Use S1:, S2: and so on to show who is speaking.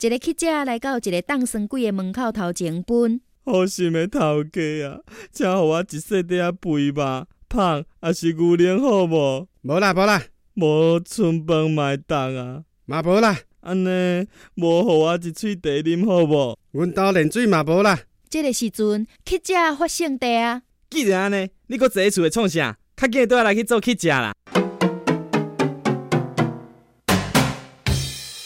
S1: 一个乞丐来到一个当生鬼的门口头前奔，
S2: 好心的头家啊，请互我一细块仔肥肉、胖，啊是牛奶好无？
S3: 无啦无啦，
S2: 无剩饭麦当啊，
S3: 嘛无啦，
S2: 安尼无互我一喙茶啉好无？
S3: 阮兜连水嘛无啦，
S1: 这个时阵乞丐发性地啊，
S4: 既然安尼，你搁坐喺厝会创啥？较紧倒来去做去食啦。